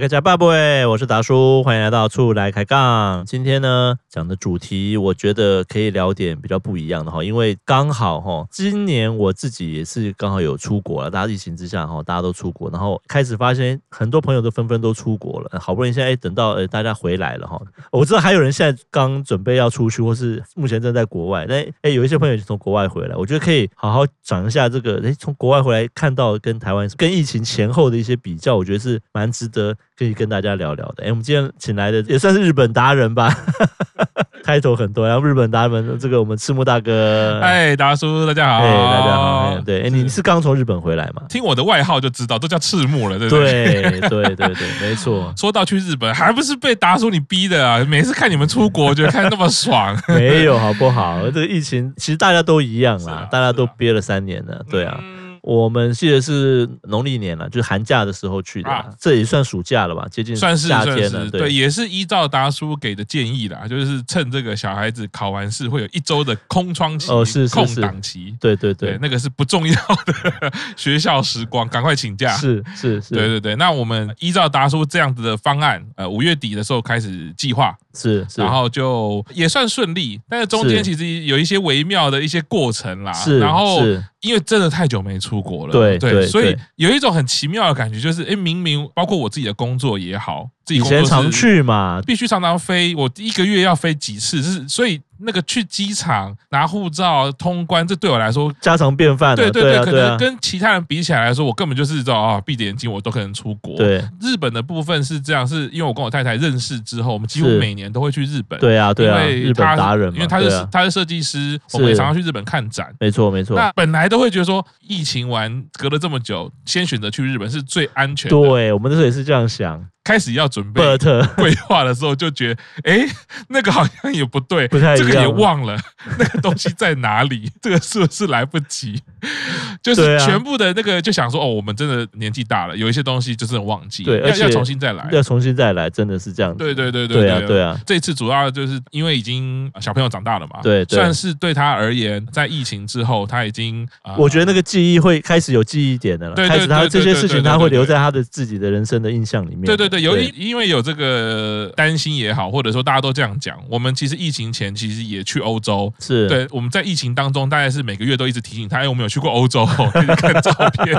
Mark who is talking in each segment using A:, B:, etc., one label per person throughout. A: 开家爸贝，我是达叔，欢迎来到处来开杠。今天呢讲的主题，我觉得可以聊点比较不一样的哈，因为刚好哈，今年我自己也是刚好有出国了，大家疫情之下哈，大家都出国，然后开始发现很多朋友都纷纷都出国了，好不容易现在哎等到呃大家回来了哈，我知道还有人现在刚准备要出去，或是目前正在国外，但哎有一些朋友是从国外回来，我觉得可以好好讲一下这个哎从国外回来看到跟台湾跟疫情前后的一些比较，我觉得是蛮值得可以跟大家聊聊的。哎，我们今天请来的也算是日本达人吧， 开头很多，然后日本达人这个我们赤木大哥，
B: 哎，达叔，大家好，
A: 嗯哎，大家好，哎对，哎你是刚从日本回来吗？
B: 听我的外号就知道，都叫赤木了，对不对？
A: 对对对对，没错。
B: 说到去日本，还不是被达叔你逼的啊！每次看你们出国，觉得看那么爽，
A: 没有好不好？这个疫情其实大家都一样
B: 是
A: 啦
B: 啊，
A: 大家都
B: 是啊
A: 憋了三年了， 对啊。
B: 嗯
A: 我们记得是农历年了，就是寒假的时候去的啦，
B: 啊
A: 这也算暑假了吧，接近
B: 算是
A: 夏
B: 算
A: 天啊
B: 是
A: 了，
B: 对，也是依照达叔给的建议啦，就是趁这个小孩子考完试会有一周的空窗期、
A: 哦是是
B: 空
A: 是
B: 档期，
A: 对对
B: 对
A: 对，
B: 那个是不重要的 学校时光，赶快请假。
A: 是是是，
B: 对对对，那我们依照达叔这样子的方案，呃，五月底的时候开始计划，
A: 是是，
B: 然后就也算顺利，但是中
A: 是
B: 间其实有一些微妙的一些过程啦。
A: 是
B: 然后
A: 是
B: 因为真的太久没出国了，
A: 对对
B: 所以
A: 对
B: 有一种很奇妙的感觉，就是哎，明明包括我自己的工作也好，自己
A: 以
B: 工作
A: 前
B: 室
A: 常，去嘛，
B: 必须常常飞，我一个月要飞几次，是所以那个去机场拿护照通关，这对我来说。
A: 家常便饭啊，
B: 对
A: 对
B: 对，
A: 啊
B: 可
A: 对
B: 能
A: 啊，
B: 跟其他人比起来来说，我根本就是知道啊，闭着眼睛我都可能出国。，
A: 对
B: 日本的部分是这样，是因为我跟我太太认识之后，我们几乎
A: 是
B: 每年都会去日本。
A: 对啊对啊，
B: 因为
A: 日本
B: 他
A: 达人嘛，
B: 因为他
A: 对
B: 是、
A: 啊
B: 他是设计师，
A: 是
B: 我们也常常去日本看展。
A: 没错没错，
B: 那本来都会觉得说，疫情完隔了这么久，先选择去日本是最安全的。
A: 对我们那时候也是这样想
B: 开始要准 备
A: ，but 呃
B: 规划的时候，就觉得，哎，那个好像也不对，
A: 不太一
B: 这
A: 样
B: 个也忘了， 那个东西在哪里？ 这个是不是来不及？就
A: 对
B: 是
A: 啊
B: 全部的那个，就想说，哦，我们真的年纪大了，有一些东西就真的忘记，
A: 对而
B: 要
A: 且
B: 要重新再来。
A: 要重新再来，真的是这样子，
B: 对对对
A: 对啊
B: 对
A: 对啊，
B: 这次主要就是因为已经呃小朋友长大了嘛，
A: 对对
B: 算是对他而言，在疫情之后，他已经，呃
A: 我觉得那个记忆会开始有记忆点的了，
B: 对对
A: 开始他
B: 对对
A: 这些事
B: 对对
A: 情
B: 对
A: 他会留
B: 对
A: 在他的自己的人生的印象里面。
B: 对对对，有因因为有这个担心也好，或者说大家都这样讲，我们其实疫情前其实也去欧洲。
A: 是，
B: 对，我们在疫情当中，大概是每个月都一直提醒他，哎，我们有去过 欧洲，给你看照片，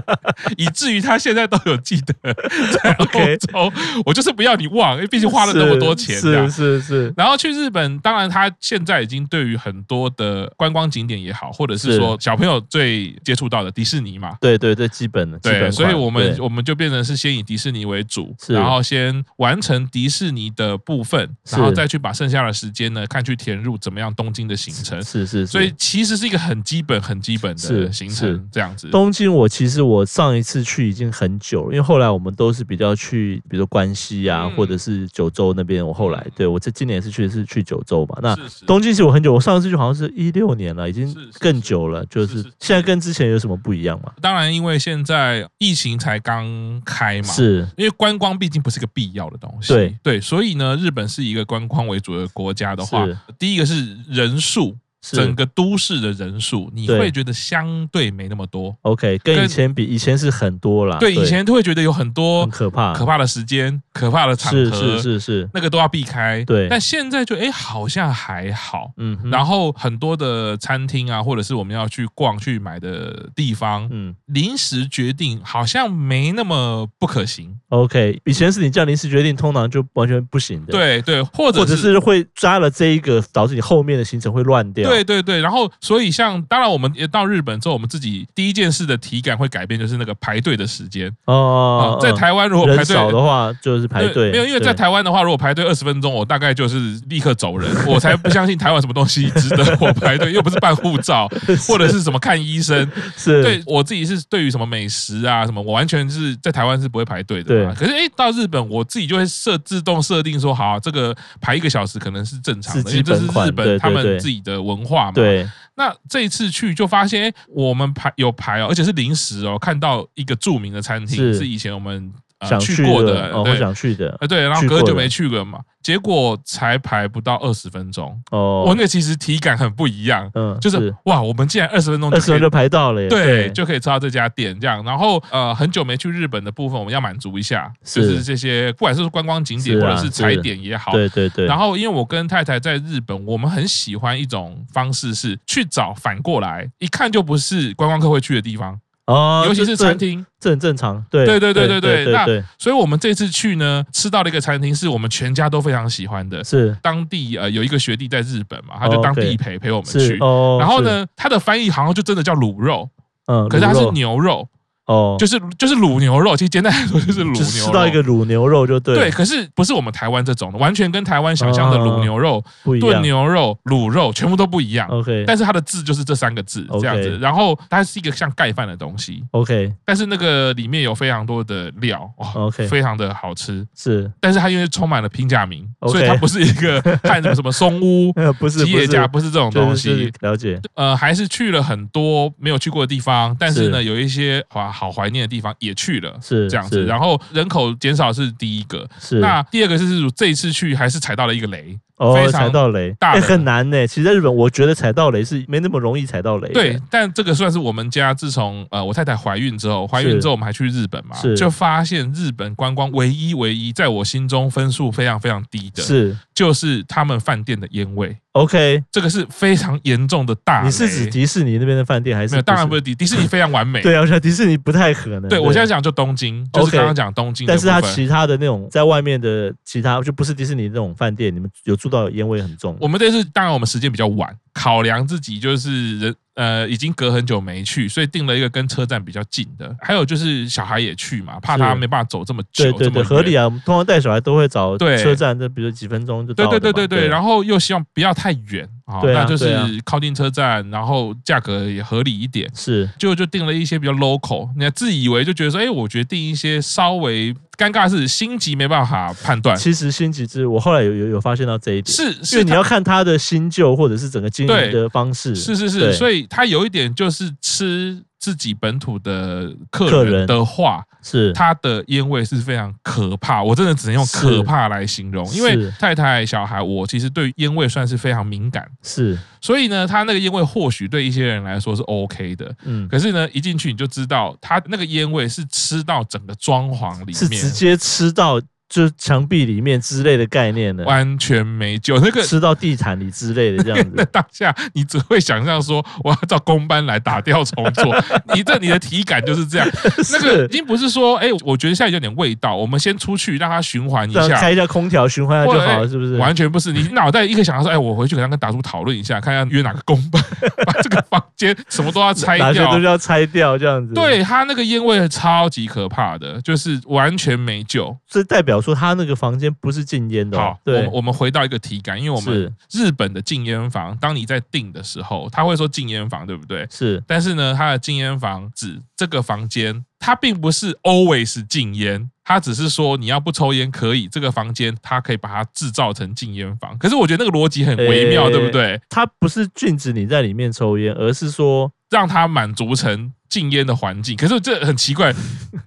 B: 以至于他现在都有记得在
A: OK
B: 欧洲。我就是不要你忘，因为毕竟花了那么多钱，这样
A: 是是是
B: 然后去日本，当然他现在已经对于很多的观光景点也好，或者
A: 是
B: 是说小朋友最接触到的迪士尼嘛。
A: 对对对，基本的，基
B: 对，
A: 本款
B: 所以我们
A: 对
B: 我们就变成是先以迪士尼为主，
A: 是
B: 然后先完成迪士尼的部分，
A: 是
B: 然后再去把剩下的时间呢，看去填入怎么样东京的行程。
A: 是是，是
B: 所以其实是一个很基本、很基本
A: 是
B: 的行
A: 是
B: 程，这样子。
A: 东京我其实我上一次去已经很久了，因为后来我们都是比较去，比如说关西啊，
B: 嗯
A: 或者是九州那边。我后来对我这今年是去是去九州嘛，那。
B: 是是
A: 东京其实我很久，我上一次去好像是一六年了，已经
B: 是是
A: 更久了。就是
B: 是是
A: 现在跟之前有什么不一样吗？
B: 当然，因为现在疫情才刚开嘛，
A: 是
B: 因为观光毕竟不是个必要的东西，
A: 对
B: 所以呢，日本是一个观光为主的国家的话
A: 是，
B: 第一个是人数，
A: 是
B: 整个都市的人数，你
A: 对
B: 会觉得相对没那么多。
A: OK，跟以
B: 跟
A: 前比，以前是很多啦。
B: 对，以前都会觉得有很多
A: 啊很可怕，
B: 可怕的时间、可怕的场
A: 是
B: 合，
A: 是是是，
B: 那个都要避开。
A: 对
B: 但现在就哎，好像还好。
A: 嗯哼，
B: 然后很多的餐厅啊，或者是我们要去逛去买的地方，
A: 嗯
B: 临时决定好像没那么不可行。
A: ，OK，以前是你叫临时决定，通常就完全不行的。。
B: 对对，或
A: 或
B: 者
A: 者
B: 是
A: 是会抓了这一个，导致你后面的行程会乱掉。
B: 对对对，然后所以像当然我们也到日本之后，我们自己第一件事的体感会改变，就是那个排队的时间啊
A: 哦，，
B: 在
A: 嗯
B: 台湾如果排
A: 人
B: 队
A: 少的话就是排
B: 对
A: 队，
B: 没有，因为在
A: 对
B: 台湾的话，如果排队二十分钟，我大概就是立刻走人， 我才不相信台湾什么东西值得我排队，又不是办护 照或者是什么看医生。
A: 是
B: 对我自己是对于什么美食啊什么，我完全是在台湾是不会排队的嘛。可是诶，到日本我自己就会设自动设定说，好啊、这个排一个小时可能是正常
A: 是
B: 的，因为
A: 基本
B: 这是
A: 款
B: 日
A: 对对
B: 本他
A: 对
B: 们自己的文化嘛。
A: 对
B: 那这一次去就发现，哎，我们排有排哦，而且是临时哦，看到一个著名的餐厅，
A: 是
B: 是以前我们。呃
A: 想
B: 去
A: 去
B: 过
A: 的
B: 的，
A: 哦，
B: 对
A: 或想去的
B: 啊，对，然后
A: 去
B: 隔
A: 过
B: 久
A: 的
B: 没去了嘛，结果才排不到二十分钟，
A: 哦，
B: 我那个其实体感很不一样，
A: 嗯，
B: 就是哇，我们竟然二十分钟
A: 二
B: 就
A: 十
B: 可
A: 分
B: 以
A: 就排到了耶，
B: 对，就可以吃到这家店这样。然后呃，很久没去日本的部分，我们要满足一下，就是是这些不管是观光景点
A: 是
B: 或
A: 啊
B: 者是踩
A: 是
B: 点也好。
A: 对对对，
B: 然
A: 后
B: 后，因为我跟太太在日本，我们很喜欢一种方式是去找反过来一看就不是观光客会去的地方，
A: 哦，
B: 尤其是
A: 这
B: 餐，厅。
A: 这这很正常，对
B: 对对对对
A: 对
B: 对
A: 对
B: 那
A: 对，
B: 所以我们这次去呢，吃到了一个餐厅，是我们全家都非常喜欢的。
A: 是
B: 当地呃有一个学弟在日本嘛，他就当
A: OK
B: 地陪陪我
A: 哦
B: 们
A: 是
B: 去。
A: 哦，
B: 然后呢，他的翻译好像就真的叫卤肉，
A: 是，嗯，
B: 可是它
A: 卤
B: 是
A: 肉
B: 牛肉，
A: 哦，
B: 就是就是卤牛肉，其实简单来说就是卤牛
A: 就
B: 肉。
A: 吃到一个卤牛肉就对了，哦
B: 对，可是不是我们台湾这种的，完全跟台湾想象的卤牛肉、
A: 不一
B: 炖
A: 样
B: 牛肉、卤肉全部都不一样。
A: ，OK
B: 但是它的字就是这三个字
A: OK
B: 这样子，然后它是一个像盖饭的东西，
A: OK
B: 但是那个里面有非常多的料，哇、
A: OK
B: 非常的好吃。
A: 是，
B: 但是它因为充满了平假名
A: OK
B: 所以它不是一 个汉什么什么松屋、
A: 呃，不是
B: 吉
A: 不
B: 野
A: 是，
B: 家，不是这种
A: 就
B: 东
A: 是
B: 西。
A: 就是了解，
B: 呃，还是去了很多没有去过的地方，但是呢，
A: 是
B: 有一些哇好怀念的地方也去了，
A: 是
B: 这样
A: 是
B: 子。然后人口减少是第一个，
A: 是
B: 那第二个就是这一次去还是踩到了一个雷，
A: 哦
B: 非常
A: 踩到雷，
B: 大
A: 哎
B: 的
A: 很难呢，其实在日本我觉得踩到雷是没那么容易踩到雷的，
B: 对，但这个算是我们家自从呃我太太怀孕之后，怀孕之后我们还去日本嘛
A: 是，
B: 就发现日本观光唯一唯一在我心中分数非常非常低的，
A: 是
B: 就是他们饭店的烟味，
A: OK，
B: 这个是非常严重的大雷。
A: 你是指迪士尼那边的饭店还是
B: 没有？当然不
A: 是，
B: 是迪迪士尼非常完美。
A: 对啊，我觉得迪士尼不太可能，
B: 对，我现在。讲就东京，就是
A: OK
B: 刚刚讲东京的
A: 但
B: 部
A: 是
B: 分，
A: 它其他的那种在外面的其他就不是迪士尼那种饭店，你们有住到烟味很重
B: 我们这次当然我们时间比较晚，考量自己就是人呃已经隔很久没去，所以定了一个跟车站比较近的。还有就是小孩也去嘛，怕他
A: 是
B: 没办法走这么久，
A: 对对
B: 这么
A: 对，
B: 远
A: 合理啊。我们通常带小孩都会找
B: 对
A: 车站，这比如几分钟就
B: 对
A: 到了
B: 对对
A: 嘛
B: 对对，然后又希望不要太远啊，
A: 对啊
B: 那就
A: 对啊
B: 是靠近车站，然后价格也合理一点。
A: 是
B: 就就定了一些比较 local，你看自以为就觉得说，哎，我决定一些稍微尴尬的是星级没办法判断，
A: 其实新极致，我后来有有有发现到这一点，
B: 是
A: 因为
B: 是
A: 你
B: 它
A: 要看它的新旧或者是整个经营
B: 对
A: 的方式，
B: 是是
A: 对
B: 是，所以它有一点就是吃自己本土的客
A: 客人
B: 人的话，
A: 是
B: 它的烟味是非常可怕，我真的只能用
A: 是
B: 可怕来形容，因
A: 是
B: 为太太、小孩，我其实对烟味算是非常敏感，
A: 是，
B: 所以呢，它那个烟味或许对一些人来说是 OK 的，
A: 嗯，
B: 可是呢，一进去你就知道，它那个烟味是吃到整个装潢
A: 是
B: 里
A: 直
B: 面，
A: 接吃到就是墙壁里面之类的概念的，
B: 完全没救。那个
A: 吃到地毯里之类的这样
B: 那
A: 子，
B: 当下你只会想象说，我要照公班来打掉重 做，你这你的体感就是这样。那个已
A: 是
B: 经不是说，哎，我觉得现在有点味道，我们先出去让它循环一
A: 这样
B: 下。
A: 开一下空调循环一下就好
B: 或
A: 了，
B: 者哎
A: 是不是？
B: 完全不是，你脑袋一个想到说，哎，我回去可能跟达叔讨论一下，看一下约哪个公办， 把这个房间什么都要拆
A: 哪些
B: 掉
A: 都。要拆掉这样子，，
B: 对他那个烟味超级可怕的，就是完全没救。
A: 所以代表说他那个房间不是禁烟的哦
B: 好，，我
A: 对
B: 们，我们回到一个体感，因为我们
A: 是
B: 日本的禁烟房，当你在订的时候，他会说禁烟房，对不对？
A: 是
B: 但是呢，它的禁烟房指这个房间，它并不是 always 禁烟，它只是说你要不抽烟可以，这个房间它可以把它制造成禁烟房。可是我觉得那个逻辑很微妙，
A: 诶
B: 对不对？
A: 他不是禁止你在里面抽烟，而是说
B: 让它满足成禁烟的环境。可是这很奇怪，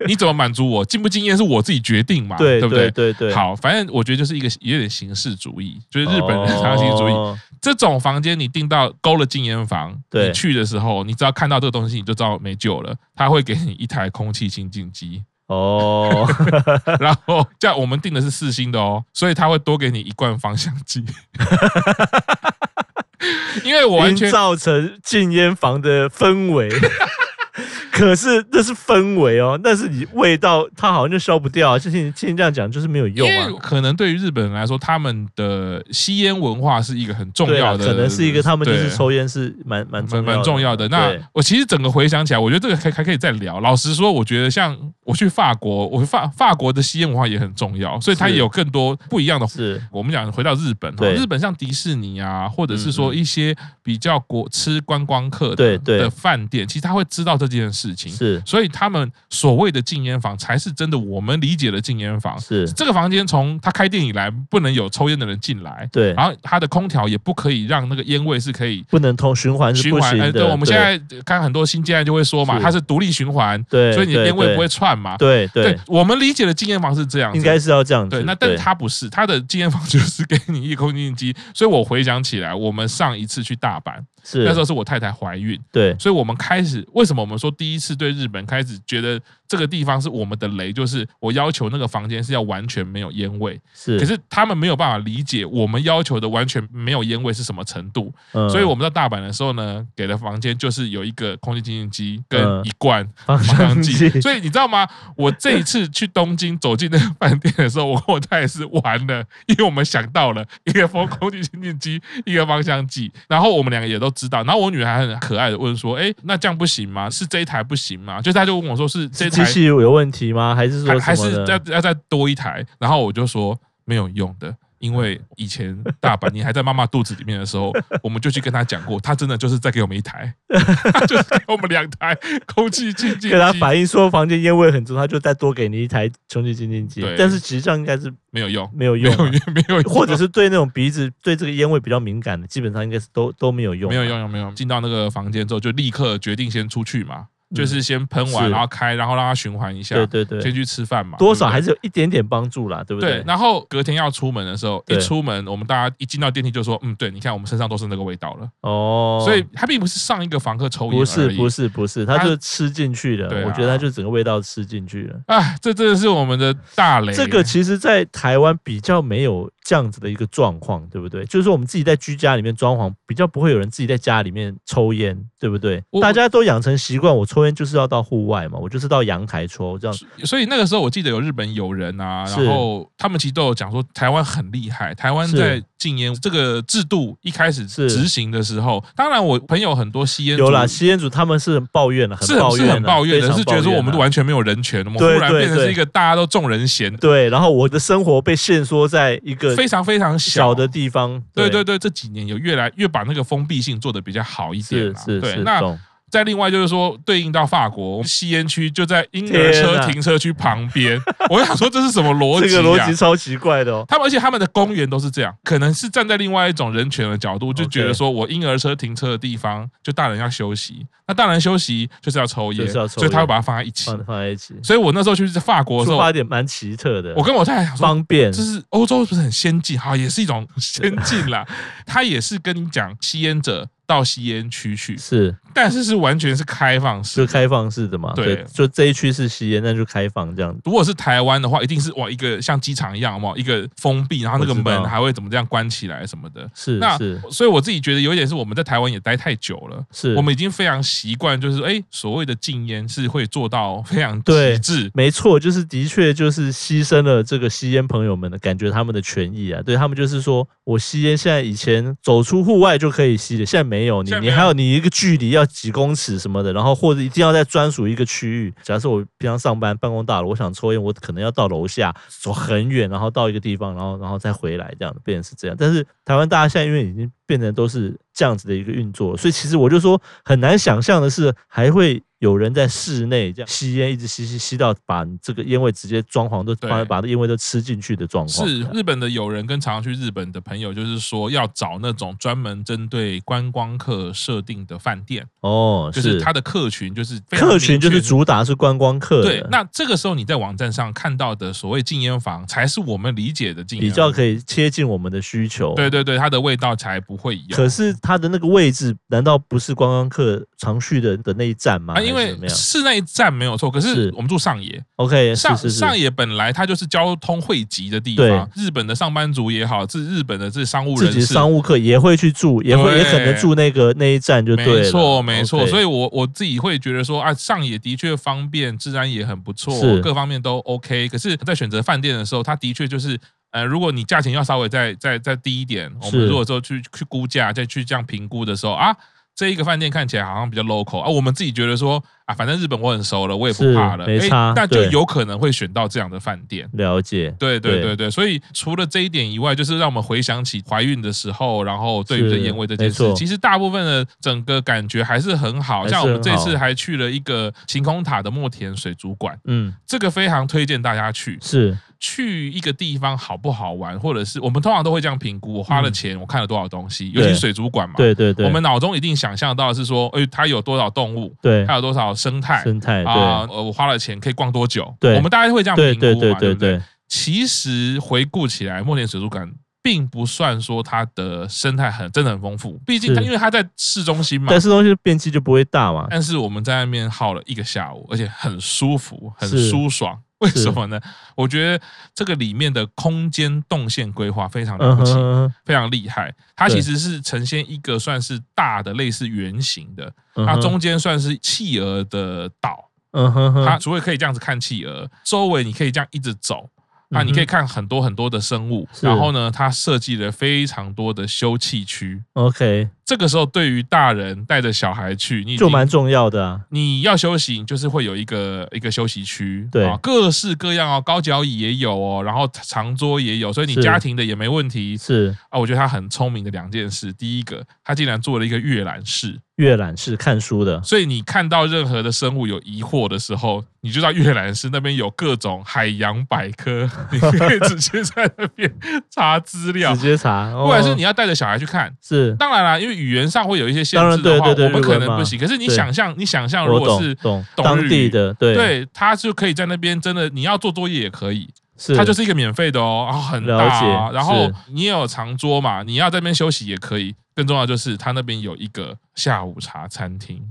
B: 你怎么满足我？禁不禁烟是我自己决定嘛，
A: 对
B: 啊不
A: 对？对对，
B: 好，反正我觉得就是一个有点形式主义，就是日本人常常形式主义。
A: 哦
B: 这种房间你订到勾了禁烟房，
A: 对
B: 你去的时候，你只要看到这个东西，你就知道没救了。他会给你一台空气清净机，
A: 哦，
B: 然后这样我们订的是四星的哦，所以他会多给你一罐芳香剂。 因为 我完
A: 营
B: 全
A: 造成禁烟房的氛围。 可是那是氛围哦，但是你味道它好像就消不掉啊。就听听你这样讲就是没有
B: 因
A: 用啊
B: 为。可能对于日本人来说，他们的吸烟文化是一个很重
A: 对啊，
B: 要的，
A: 可能是一个他们就是
B: 对
A: 抽烟是蛮蛮
B: 蛮
A: 重
B: 蛮重要的。那
A: 对
B: 我其实整个回想起来，我觉得这个还还可以再聊。老实说，我觉得像我去法国，我法法国的吸烟文化也很重要，所以它
A: 是
B: 也有更多不一样的。
A: 是
B: 我们讲回到日本哦，
A: 对
B: 日本像迪士尼啊，或者是
A: 嗯
B: 说
A: 嗯
B: 一些比较国吃观光客的
A: 对对
B: 的饭店，其实他会知道这件事事情。
A: 是
B: 所以他们所谓的禁烟房，才是真的我们理解的禁烟房。
A: 是，
B: 这个房间从他开店以来，不能有抽烟的人进来，
A: 对，
B: 然后它的空调也不可以让那个烟味是可以
A: 不能通循环是
B: 循
A: 不
B: 环。
A: 行
B: 哎，对，
A: 的。
B: 我们现在看很多新建案就会说嘛，
A: 是
B: 它是独立循环，
A: 对，
B: 所以你的
A: 对
B: 烟味不会
A: 对
B: 串嘛。
A: 对对
B: 对，，我们理解的禁烟房是这样子，
A: 应该是要这样子。
B: 对，那但是他不是，他的禁烟房就是给你一公斤鸡，所以我回想起来，我们上一次去大阪，
A: 是
B: 那时候是我太太怀孕，
A: 对
B: 所以我们开始为什么我们说第一次对日本开始觉得这个地方是我们的雷，就是我要求那个房间是要完全没有烟味，
A: 是，
B: 可是他们没有办法理解我们要求的完全没有烟味是什么程度，
A: 嗯
B: 所以我们到大阪的时候呢，给的房间就是有一个空气清净机跟
A: 嗯
B: 一 罐
A: 芳
B: 芳香
A: 香剂
B: 剂。所以你知道吗？我这一次去东京走进那个饭店的时候，我跟我太太是完了，因为我们想到了一个风空气清净机， 一个芳香剂，然后我们两个也都知道。然后我女儿还很可爱的问说：“哎，那这样不行吗？是这一台不行吗？”就是她就问我说：“是这
A: 是
B: 台
A: 机器有问题吗？还是
B: 还
A: 说
B: 还
A: 什么
B: 是
A: 呢
B: 要要再多一台？”然后我就说：“没有用的。”因为以前大阪，你还在妈妈肚子里面的 时候，我们就去跟她讲过，她真的就是再给我们一台，她就是给我们两台空气清净机。
A: 跟他反映说房间烟味很重，他就再多给你一台空气清净机
B: 对，
A: 但是实际上应该是
B: 没有用，
A: 没有
B: 没
A: 用
B: 有
A: 啊，
B: 用，没有用，
A: 或者是对那种鼻子对这个烟味比较敏感的，基本上应该是都都没有用，啊
B: 没有，用，没有用。进到那个房间之后，就立刻决定先出去嘛，
A: 嗯
B: 就是先喷完，
A: 是
B: 然后开，然后让它循环一下，
A: 对对对
B: 先，去吃饭嘛，
A: 多少还
B: 是。
A: 是有一点点帮助啦，对不
B: 啊对，然后隔天要出门的时候，一
A: 对
B: 出门，我们大家一进到电梯就说，嗯，对，你看我们身上都是那个味道了。
A: 哦，
B: 所以它并不是上一个房客抽烟而已，
A: 不是不是不是，他
B: 它
A: 就是吃进去的
B: 对，啊
A: 我觉得他就整个味道吃进去了。
B: 哎，这真的是我们的大雷。
A: 这个其实，在台湾比较没有这样子的一个状况，对不对？就是说我们自己在居家里面装潢，比较不会有人自己在家里面抽烟，对不对
B: 我？
A: 大家都养成习惯，我抽烟就是要到户外嘛，我就是到阳台抽这样。
B: 所以那个时候我记得有日本友人啊，
A: 是
B: 然后他们其实都有讲说台湾很厉害，台湾
A: 是
B: 在禁烟这个制度一开始
A: 是
B: 执行的时候，当然我朋友很多吸烟族
A: 有啦，吸烟组他们是很抱怨的，
B: 是
A: 抱
B: 很是
A: 怨
B: 很
A: 的，
B: 抱
A: 非
B: 怨的，
A: 常
B: 是觉得
A: 抱
B: 说
A: 怨
B: 我们
A: 啊
B: 完全没有人权，我们忽
A: 对
B: 然
A: 对
B: 变成是
A: 对
B: 一个大家都众人嫌，
A: 对，然后我的生活被限缩在一个
B: 非常非常
A: 小的地方，
B: 对对
A: 对，
B: 对，这几年有越来越把那个封闭性做得比较好一点
A: 是
B: 啦。
A: 是
B: 对，
A: 是，
B: 那
A: 懂
B: 再另外就是说，对应到法国，吸烟区就在婴儿
A: 天
B: 车
A: 哪
B: 停车区旁边。我想说这是什么逻
A: 这
B: 辑
A: 个逻
B: 啊
A: 辑？超奇怪的哦。
B: 他们而且他们的公园都是这样，可能是站在另外一种人权的角度，就觉得
A: OK
B: 说我婴儿车停车的地方，就大人要休息，那大人休息就是要抽烟，
A: 就是要抽
B: 所以他会
A: 烟
B: 把它放在一起
A: 放。放在一起，
B: 所以我那时候去法国的时
A: 出
B: 候，
A: 发点蛮奇特的
B: 我，跟我太太想说，
A: 方便
B: 就是欧洲不是很先进，哈，也是一种先 进啦。它也是跟你讲吸烟者到吸烟区去，
A: 是
B: 但是是完全是开放式
A: 就。开放式的嘛，
B: 对
A: 对，就这一区是吸烟，那就开放这样子。
B: 如果是台湾的话，一定是哇一个像机场一样，嘛，一个封闭，然后那个
A: 我知道
B: 门还会怎么这样关起来什么的。
A: 是
B: 那
A: 是
B: 所以我自己觉得有一点是我们在台湾也待太久了，
A: 是，
B: 我们已经非常习惯，就是哎、所谓的禁烟是会做到非常极
A: 对
B: 致。
A: 没错，就是的确就是牺牲了这个吸烟朋友们的感觉，他们的权益啊，对他们就是说我吸烟，现在以前走出户外就可以吸了，现在没有你
B: 现在，没
A: 你
B: 有
A: 还有哦你一个距离要几公尺什么的，然后或者一定要在专属一个区域。假设我平常上班办公大楼，我想抽烟，我可能要到楼下走很远，然后到一个地方，然后然后再回来，这样变成是这样。但是台湾大家现在因为已经变成都是这样子的一个运作，所以其实我就说很难想象的是还会。有人在室内这样吸烟，一直吸吸吸到把这个烟味直接装潢都
B: 对
A: 把把烟味都吃进去的状况。
B: 是日本的友人跟常常去日本的朋友，就是说要找那种专门针对观光客设定的饭店，
A: 哦，
B: 就是他的客群就是非常
A: 客群就是
B: 明确
A: 主打是观光客的，
B: 对。那这个时候你在网站上看到的所谓禁烟房，才是我们理解的禁烟
A: 比
B: 房，
A: 较可以贴近我们的需求。
B: 啊对对对，它的味道才不会有。
A: 可是它的那个位置，难道不是观光客常去的的那一站吗？
B: 啊，因
A: 还是
B: 为
A: 怎么样
B: 室内站没有错，可是
A: 是
B: 我们住上野，
A: ，OK，
B: 上
A: 是是是，
B: 上野本来它就是交通汇集的地方，日本的上班族也好，是日本的这商务
A: 自
B: 人
A: 己的
B: 士，
A: 商务客也会去住，也会
B: 对
A: 也可能住那个那一站就对了。
B: 没错，没错。
A: OK
B: 所以我我自己会觉得说啊，上野的确方便，治安也很不错
A: 是，
B: 各方面都 OK。可是，在选择饭店的时候，它的确就是。呃，如果你价钱要稍微再再再低一点，我们
A: 是
B: 如果说去去估价，再去这样评估的时候啊，这一个饭店看起来好像比较 local 啊，我们自己觉得说啊，反正日本我很熟了，我也不
A: 是
B: 怕了，
A: 没
B: 诶
A: 差
B: 那就
A: 对
B: 有可能会选到这样的饭店。
A: 了解，
B: 对对
A: 对
B: 对对，所以除了这一点以外，就是让我们回想起怀孕的时候，然后对于
A: 是
B: 这烟味这件
A: 没
B: 事，
A: 错
B: 其实大部分的整个感觉还是很好。
A: 还是
B: 像我们
A: 很
B: 这
A: 好
B: 次还去了一个晴空塔的墨田水族馆，
A: 嗯，
B: 这个非常推荐大家去。
A: 是
B: 去一个地方好不好玩，或者是我们通常都会这样评估，我花了钱，我看了多少东西，尤其
A: 嗯对
B: 是水族馆嘛，
A: 对对对，
B: 我们脑中一定想象到的是说，哎，它有多少动物，
A: 对
B: 它有多少生态
A: 生态
B: 啊
A: 对，
B: 呃，我花了钱可以逛多久？
A: 对
B: 我们大家会这样评
A: 对
B: 估嘛，
A: 对对对
B: 对不对？
A: 对，
B: 其实回顾起来，墨田水族馆并不算说它的生态很真的很丰富，毕竟它
A: 是
B: 因为它在市中心嘛。
A: 但是东西变气就不会大嘛，
B: 但是我们在那边耗了一个下午，而且很舒服，很
A: 是
B: 舒爽。为什么呢？我觉得这个里面的空间动线规划非常了
A: 嗯
B: 不起，
A: 哼，
B: 非常厉害。它
A: 对
B: 其实是呈现一个算是大的类似圆形的，
A: 嗯
B: 它
A: 哼
B: 中间算是企鹅的岛，
A: 嗯哼哼，
B: 它除了可以这样子看企鹅，周围你可以这样一直走。啊，你可以
A: 嗯
B: 看很多很多的生物，
A: 是
B: 然后呢，它设计了非常多的休憩区。
A: 哼 OK
B: 这个时候，对于大人带着小孩去，你已
A: 就
B: 经
A: 蛮重要的啊，
B: 你要休息，你就是会有一个一个休息区，
A: 对
B: 啊各式各样哦，高脚椅也有哦，然后长桌也有，所以你
A: 是
B: 家庭的也没问题
A: 是
B: 啊。我觉得他很聪明的两件事，第一个，他竟然做了一个阅览室，
A: 阅览室看书的，
B: 所以你看到任何的生物有疑惑的时候，你就到阅览室那边有各种海洋百科， 你可以直接在那边查资料
A: 直，接查，
B: 或啊者是
A: 哦
B: 你要带着小孩去看，
A: 是
B: 当然啦，因为语言上会有一些限
A: 当
B: 制
A: 然
B: 的
A: 对对
B: 话，
A: 对
B: 我们可
A: 日文
B: 能
A: 嘛
B: 不行。可是你
A: 对
B: 想象，你想象如
A: 我
B: 果
A: 懂
B: 是
A: 懂
B: 懂
A: 当
B: 日
A: 地
B: 语
A: 的对
B: 对，他就可以在那边真的，你要做作业也可以，
A: 是
B: 它就是一个免费的哦，然后很大、
A: 了解
B: 啊，然后
A: 是
B: 你也有长桌嘛，你要在那边休息也可以。更重要就是，它那边有一个下午茶餐厅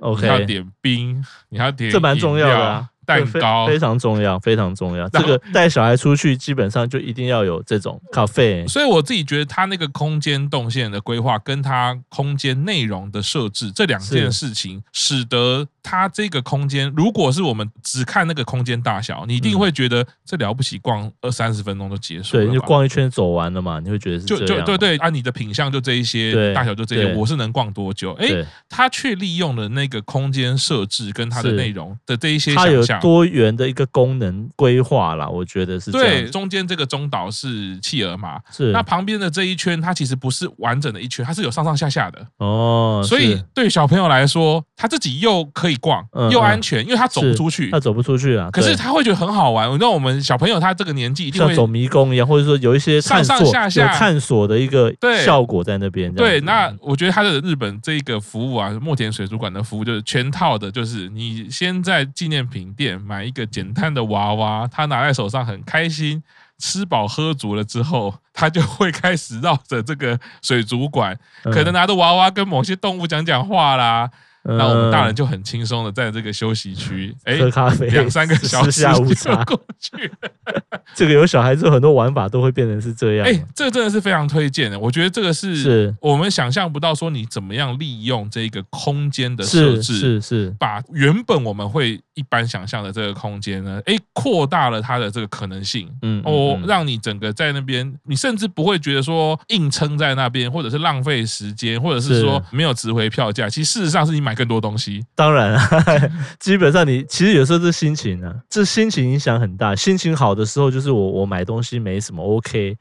B: 你要
A: OK。
B: 点冰，你要点
A: 这蛮重要的啊
B: 饮料蛋
A: 对非
B: 糕
A: 非。常重要，非常重要。这
B: 然后
A: 个带小孩出去，基本上就一定要有这种咖啡。
B: 所以我自己觉得，它那个空间动线的规划跟它空间内容的设置这两件事情，使得它这个空间，如果是我们只看那个空间大小，你一定会觉得这了不起，逛二三十分钟就结束了
A: 嗯对，
B: 吧。
A: 你就逛一圈走完了嘛，你会觉得是
B: 就
A: 这
B: 就
A: 样
B: 对
A: 嘛
B: 对啊，你的品相就这一些，
A: 对
B: 大小就这些，
A: 对
B: 我是能逛多久？哎，
A: 对
B: 他却利用了那个空间设置跟它的
A: 是
B: 内容的这一些
A: 它
B: 想
A: 有
B: 象。
A: 多元的一个功能规划啦，我觉得是这
B: 对，
A: 样子。
B: 中间这个中岛是企鹅嘛？
A: 是
B: 那旁边的这一圈，它其实不是完整的一圈，它是有上上下下的。
A: 哦，
B: 所以对小朋友来说，他自己又可以逛，
A: 嗯
B: 又安全，因为他走不出去
A: 他。走不出去啊。
B: 可是
A: 对
B: 他会觉得很好玩。你知道，我们小朋友他这个年纪一定
A: 像
B: 会
A: 走迷宫一样，或者说有一些探索
B: 上上下下
A: 有探索的一个
B: 对
A: 效果在那边。这样
B: 对。
A: 子
B: 那我觉得他的日本这个服务啊，墨田水族馆的服务啊就是全套的，就是你先在纪念品店买一个简单的娃娃，他拿在手上很开心。吃饱喝足了之后，他就会开始绕着这个水族馆，
A: 嗯
B: 可能拿着娃娃跟某些动物讲讲话啦。那我们大
A: 嗯
B: 人就很轻松的在这个休息区，哎，
A: 喝咖啡，
B: 两三个小
A: 吃
B: 时
A: 下午茶
B: 就，过去了。
A: 这个有小孩子很多玩法都会变成是这样。
B: 哎，这真的是非常推荐的，我觉得这个是
A: 是
B: 我们想象不到，说你怎么样利用这个空间的设
A: 是
B: 置。
A: 是是，
B: 把原本我们会一般想象的这个空间呢，哎，扩大了它的这个可能性，
A: 嗯
B: 哦，
A: 嗯嗯
B: 让你整个在那边，你甚至不会觉得说硬撑在那边，或者是浪费时间，或者是说没有值回票价。其实事实上是你买更多东西，
A: 当然啊， 基本上你其实有时候这心情啊，这心情影响很大。心情好的时候，就是我我买东西没什么 OK，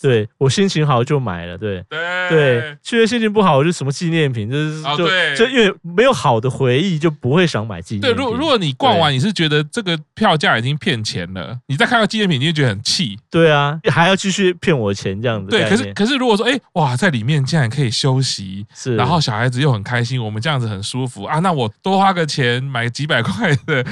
A: 对我心情好就买了，对。
B: 对
A: 对，确实心情不好，我就什么纪念品，就是
B: 哎哦
A: 就
B: 对
A: 就因为没有好的回忆，就不会想买纪
B: 对，
A: 念品。
B: 如果如果你逛
A: 对
B: 完，你是觉得这个票价已经骗钱了，你再看到纪念品，你就觉得很气。
A: 对啊，还要继续骗我钱这样子。
B: 对，可是可是如果说，哎，哇，在里面竟然可以休息，
A: 是，
B: 然后小孩子又很开心，我们这样子很舒服啊，那我多花个钱买几百块的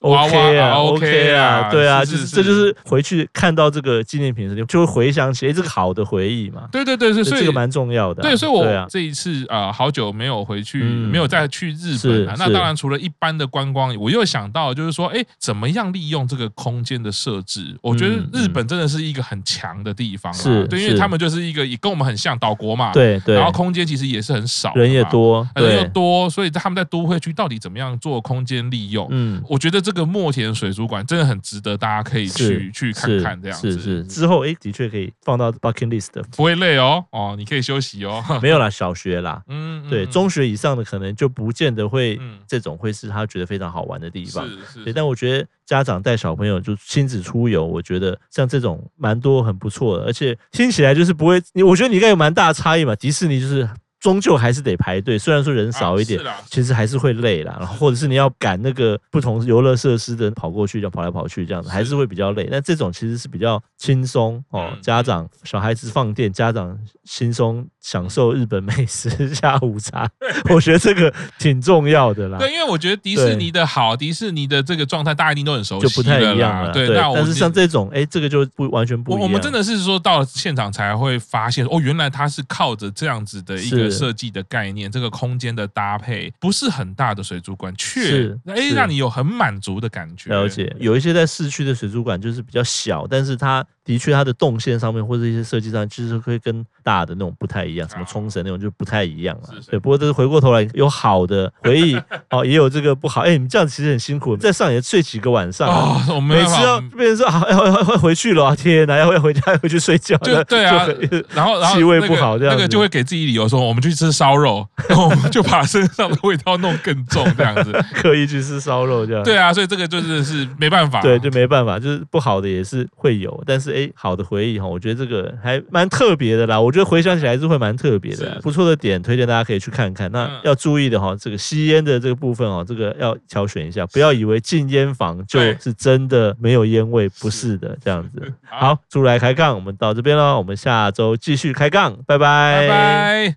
B: 娃娃
A: OK 啊
B: 啊
A: ，OK 啊，对啊，就是是这就是回去看到这个纪念品的时候，就会回想起哎这个好的回忆嘛，
B: 对对对对，
A: 对
B: 所
A: 这
B: 以
A: 个。蛮重要的啊。
B: 对，所以
A: 对啊
B: 我这一次啊、呃好久没有回去，
A: 嗯
B: 没有再去日本了、
A: 是
B: 那
A: 是
B: 当然，除了一般的观光，我又想到就是说，哎，怎么样利用这个空间的设置？我觉得
A: 嗯
B: 日本真的是一个很强的地方、啊，
A: 是
B: 对，因为
A: 是
B: 他们就是一个也跟我们很像岛国嘛，，
A: 对对
B: 然，后空间其实也是很少的嘛，
A: 人也多，
B: 呃，人又
A: 对，
B: 多，所以他们在都会区到底怎么样做空间利用？
A: 嗯，
B: 我觉得这个墨田水族馆真的很值得大家可以去
A: 是
B: 去看
A: 是
B: 看，这样
A: 是
B: 子嗯
A: 是之后哎，的确可以放到 bucket list 的，
B: 不会累哦哦，你可以休息哦。
A: 没有啦，小学啦，
B: 嗯，嗯
A: 对，
B: 嗯
A: 中学以上的可能就不见得会
B: 嗯
A: 这种会是他觉得非常好玩的地方。
B: 是是
A: 对，但我觉得家长带小朋友就亲子出游，我觉得像这种蛮多很不错的，而且听起来就是不会，你我觉得你应该有蛮大的差异嘛。迪士尼就是终究还是得排队，虽然说人少一点
B: 啊是，啦
A: 其实还是会累啦。然后或者是你要赶那个不同游乐设施的人跑过去，这样跑来跑去这样子，还是会比较累。那这种其实是比较轻松哦
B: 嗯，
A: 家长小孩子放电，家长轻松享受日本美食 下午 茶，我觉得这个挺重要的啦。
B: 对，因为我觉得迪士尼的好，迪士尼的这个状态，大家一定都很熟
A: 就
B: 悉
A: 不太
B: 了
A: 一
B: 啦
A: 样了，
B: 对，那我
A: 但是
B: 们
A: 像这种，哎，这个就不完全不一
B: 我
A: 样。
B: 我们真的是说到了现场才会发现，哦，原来它是靠着这样子的一个
A: 是
B: 设计的概念，这个空间的搭配不是很大的水族馆，却
A: 是
B: 哎
A: 是
B: 让你有很满足的感觉。
A: 了解，有一些在市区的水族馆就是比较小，但是它的确它的动线上面或者一些设计上，就是会跟大的那种不太一样，什么冲绳那种就不太一样了
B: 啊是。是
A: 对，不过这是回过头来有好的回忆哦，也有这个不好。哎，你们这样其实很辛苦，在上野睡几个晚上啊。
B: 哦，我没
A: 每
B: 办
A: 次
B: 法
A: 要变成说啊，要要要回去了啊！天哪，要要回家，要回去睡觉
B: 就
A: 了。
B: 对啊
A: 就很，
B: 然后然后
A: 气味
B: 那个
A: 不好这样
B: 那
A: 子
B: 个就会给自己理由说，我们去吃烧肉， 然后我们就把身上的味道弄更重这样 子。
A: 刻意去吃烧肉这样。
B: 对啊，所以这个就是是没办法，
A: 对，就没办法，就是不好的也是会有，但是哎，好的回忆哈，我觉得这个还蛮特别的啦。我觉得回想起来是会蛮特别的啦
B: 是，
A: 不错的点，推荐大家可以去看看。那
B: 嗯
A: 要注意的哈，这个吸烟的这个部分哦，这个要挑选一下，不要以为禁烟房就
B: 对
A: 是真的没有烟味，不是的，这样子。好，出来开杠，我们到这边喽，我们下周继续开杠，拜拜，
B: 拜拜。